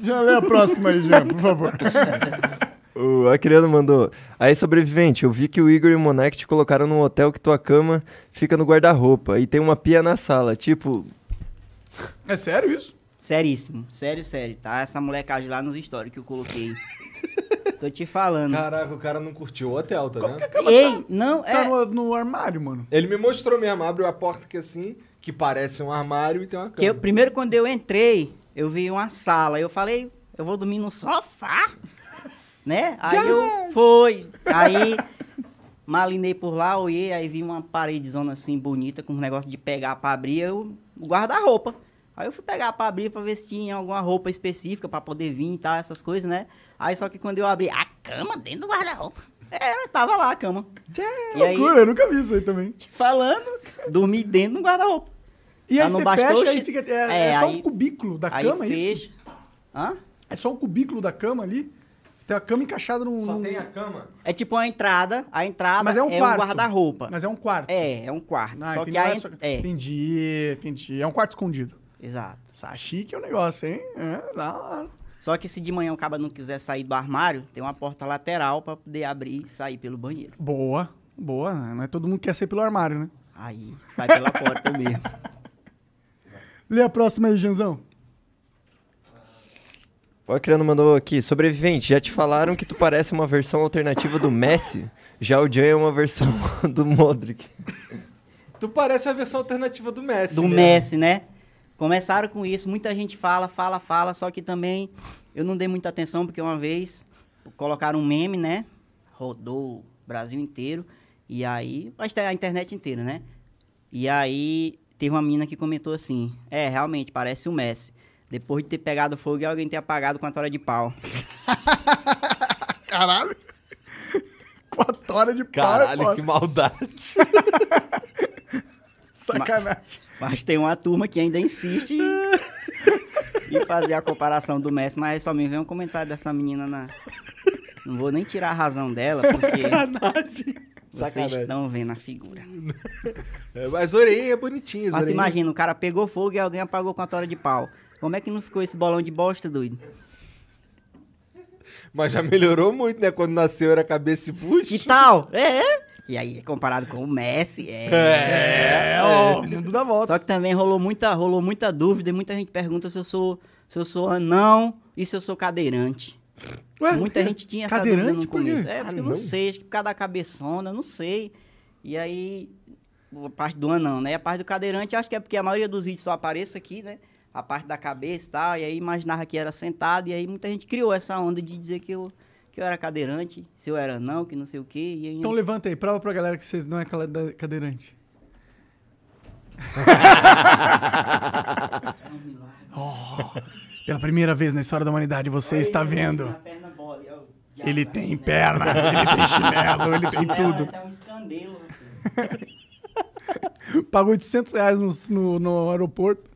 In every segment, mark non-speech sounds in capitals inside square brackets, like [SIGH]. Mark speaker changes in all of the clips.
Speaker 1: Já lê a próxima aí, Jean, por favor.
Speaker 2: O Acriano mandou. Aí, sobrevivente, eu vi que o Igor e o Monark te colocaram num hotel que tua cama fica no guarda-roupa e tem uma pia na sala. Tipo,
Speaker 1: É sério isso?
Speaker 3: Seríssimo, sério, sério, tá? Essa molecagem lá nos stories que eu coloquei. Tô te falando.
Speaker 4: Caraca, o cara não curtiu o hotel, tá vendo?
Speaker 3: Ei, não,
Speaker 1: Tá
Speaker 3: é.
Speaker 1: no, no armário, mano.
Speaker 4: Ele me mostrou mesmo, abre a porta que assim, que parece um armário e tem uma
Speaker 3: Que
Speaker 4: cama.
Speaker 3: eu- primeiro, quando eu entrei, eu vi uma sala. Eu falei, eu vou dormir no sofá? [LAUGHS] né? Aí eu fui. Aí malinei por lá, olhei, aí vi uma paredezona assim bonita, com um negócio de pegar pra abrir, eu o guarda-roupa. Aí eu fui pegar pra abrir pra ver se tinha alguma roupa específica pra poder vir e tal, essas coisas, né? Aí só que quando eu abri, a cama dentro do guarda-roupa. Era, tava lá a cama. E aí,
Speaker 1: Loucura, eu nunca vi isso aí também.
Speaker 3: te falando, dormi dentro do guarda-roupa.
Speaker 1: E
Speaker 3: Já
Speaker 1: aí
Speaker 3: não
Speaker 1: você
Speaker 3: bastou
Speaker 1: fecha
Speaker 3: o
Speaker 1: e
Speaker 3: chi-
Speaker 1: fica. É,
Speaker 3: É,
Speaker 1: é só
Speaker 3: aí-
Speaker 1: um cubículo da
Speaker 3: Aí
Speaker 1: cama, é isso?
Speaker 3: fez. Hã?
Speaker 1: É só um cubículo da cama ali? Tem a cama encaixada num.
Speaker 4: Só
Speaker 1: num-
Speaker 4: tem a cama?
Speaker 3: É tipo uma entrada, a entrada
Speaker 1: Mas
Speaker 3: é
Speaker 1: é
Speaker 3: um,
Speaker 1: um quarto.
Speaker 3: guarda-roupa.
Speaker 1: Mas é um quarto.
Speaker 3: É, é um quarto.
Speaker 1: Ah,
Speaker 3: só
Speaker 1: entendi,
Speaker 3: que
Speaker 1: não
Speaker 3: a
Speaker 1: é
Speaker 3: en-
Speaker 1: só-
Speaker 3: é,
Speaker 1: entendi, entendi. É um quarto escondido.
Speaker 3: exato.
Speaker 1: Tá chique o negócio, hein? É, da hora.
Speaker 3: Só que se de manhã o cara não quiser sair do armário, tem uma porta lateral pra poder abrir e sair pelo banheiro.
Speaker 1: Boa, boa. né? Não é todo mundo que quer sair pelo armário, né?
Speaker 3: Aí sai pela porta
Speaker 1: [LAUGHS]
Speaker 3: mesmo.
Speaker 1: Lê a próxima aí, Janzão.
Speaker 2: o Acriano mandou aqui. Sobrevivente, já te falaram que tu parece uma versão alternativa do Messi? Já o Jan é uma versão [LAUGHS] do Modric.
Speaker 4: Tu parece a versão alternativa do Messi.
Speaker 3: Do
Speaker 4: mesmo.
Speaker 3: Messi, né? Começaram com isso, muita gente fala, fala, fala, só que também eu não dei muita atenção porque uma vez colocaram um meme, né? Rodou o Brasil inteiro e aí, acho que é a internet inteira, né? E aí teve uma menina que comentou assim: "É, realmente parece o Messi. Depois de ter pegado fogo e alguém ter apagado com a tora de pau."
Speaker 1: Caralho. [LAUGHS] Quatro horas de
Speaker 4: Caralho,
Speaker 1: pau, é
Speaker 4: que
Speaker 1: foda.
Speaker 4: maldade.
Speaker 1: sacanagem.
Speaker 3: Mas tem uma turma que ainda insiste
Speaker 1: [LAUGHS]
Speaker 3: em, em fazer a comparação do Messi, mas só me vem um comentário dessa menina na. Não vou nem tirar a razão dela, porque vocês
Speaker 4: Sacanagem.
Speaker 3: estão vendo a figura.
Speaker 4: É, As orelhas é bonitinha, as
Speaker 3: Mas tu
Speaker 4: orelhas.
Speaker 3: imagina, o cara pegou fogo e alguém apagou com a tora de pau. Como é que não ficou esse bolão de bosta, doido?
Speaker 4: Mas já melhorou muito, né? Quando nasceu era cabeça e
Speaker 3: Que
Speaker 4: bucho.
Speaker 3: tal? É, é. E aí, comparado com o Messi, é.
Speaker 1: É, ó, o mundo dá volta.
Speaker 3: Só que também rolou muita, rolou muita dúvida e muita gente pergunta se eu sou, se eu sou anão e se eu sou cadeirante.
Speaker 1: Ué, é
Speaker 3: Muita gente tinha essa
Speaker 1: cadeirante?
Speaker 3: dúvida no
Speaker 1: Por quê?
Speaker 3: começo. É, porque eu não
Speaker 4: Anão?
Speaker 3: sei, acho que por causa da cabeçona, eu não sei. E aí, a parte do anão, né? A parte do cadeirante, acho que é porque a maioria dos vídeos só aparece aqui, né? A parte da cabeça e tal. E aí imaginava que era sentado. E aí muita gente criou essa onda de dizer que eu, que eu era cadeirante, se eu era anão, que não sei o quê. E aí,
Speaker 1: Então levanta aí, prova pra galera que você não é cala- [LAUGHS] cadeirante. Oh, pela primeira vez na história da humanidade você está vendo.
Speaker 3: é né?
Speaker 1: Ele tem [LAUGHS] perna, ele tem chinelo, ele tem tudo.
Speaker 3: Isso é um escandelo. velho.
Speaker 1: Pagou 800 reais no, no, no aeroporto.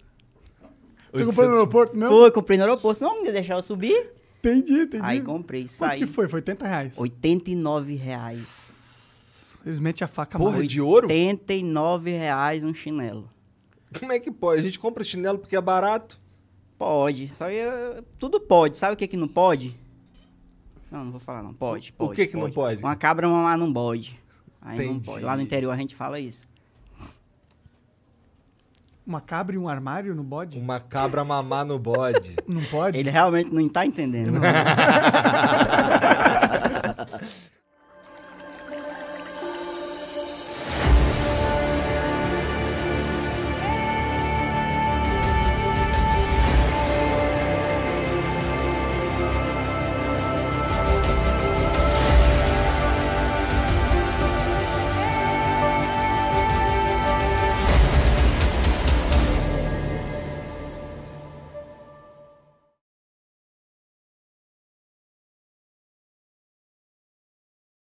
Speaker 1: Você comprou no
Speaker 4: 800.
Speaker 1: aeroporto mesmo?
Speaker 3: Foi, comprei no aeroporto, senão não me deixava subir.
Speaker 1: Entendi, entendi.
Speaker 3: Aí comprei,
Speaker 1: Quanto
Speaker 3: saí.
Speaker 1: que foi? Foi 80 reais.
Speaker 3: R$ 89 reais.
Speaker 1: Eles metem a
Speaker 3: tá
Speaker 1: faca
Speaker 4: Porra,
Speaker 1: mais.
Speaker 4: de ouro?
Speaker 3: 89 reais um chinelo.
Speaker 4: Como é que pode? A gente compra chinelo porque é barato.
Speaker 3: Pode. Só eu- tudo pode. Sabe o que que não pode? Não, não vou falar não. Pode,
Speaker 4: O
Speaker 3: pode.
Speaker 4: que que não pode?
Speaker 3: Uma cabra mamar num bode. Aí não
Speaker 4: Entendi.
Speaker 3: pode. Lá no interior a gente fala isso.
Speaker 1: Uma cabra e um armário no bode?
Speaker 4: Uma cabra mamar no bode.
Speaker 1: Não pode?
Speaker 4: [LAUGHS]
Speaker 3: Ele realmente não tá entendendo.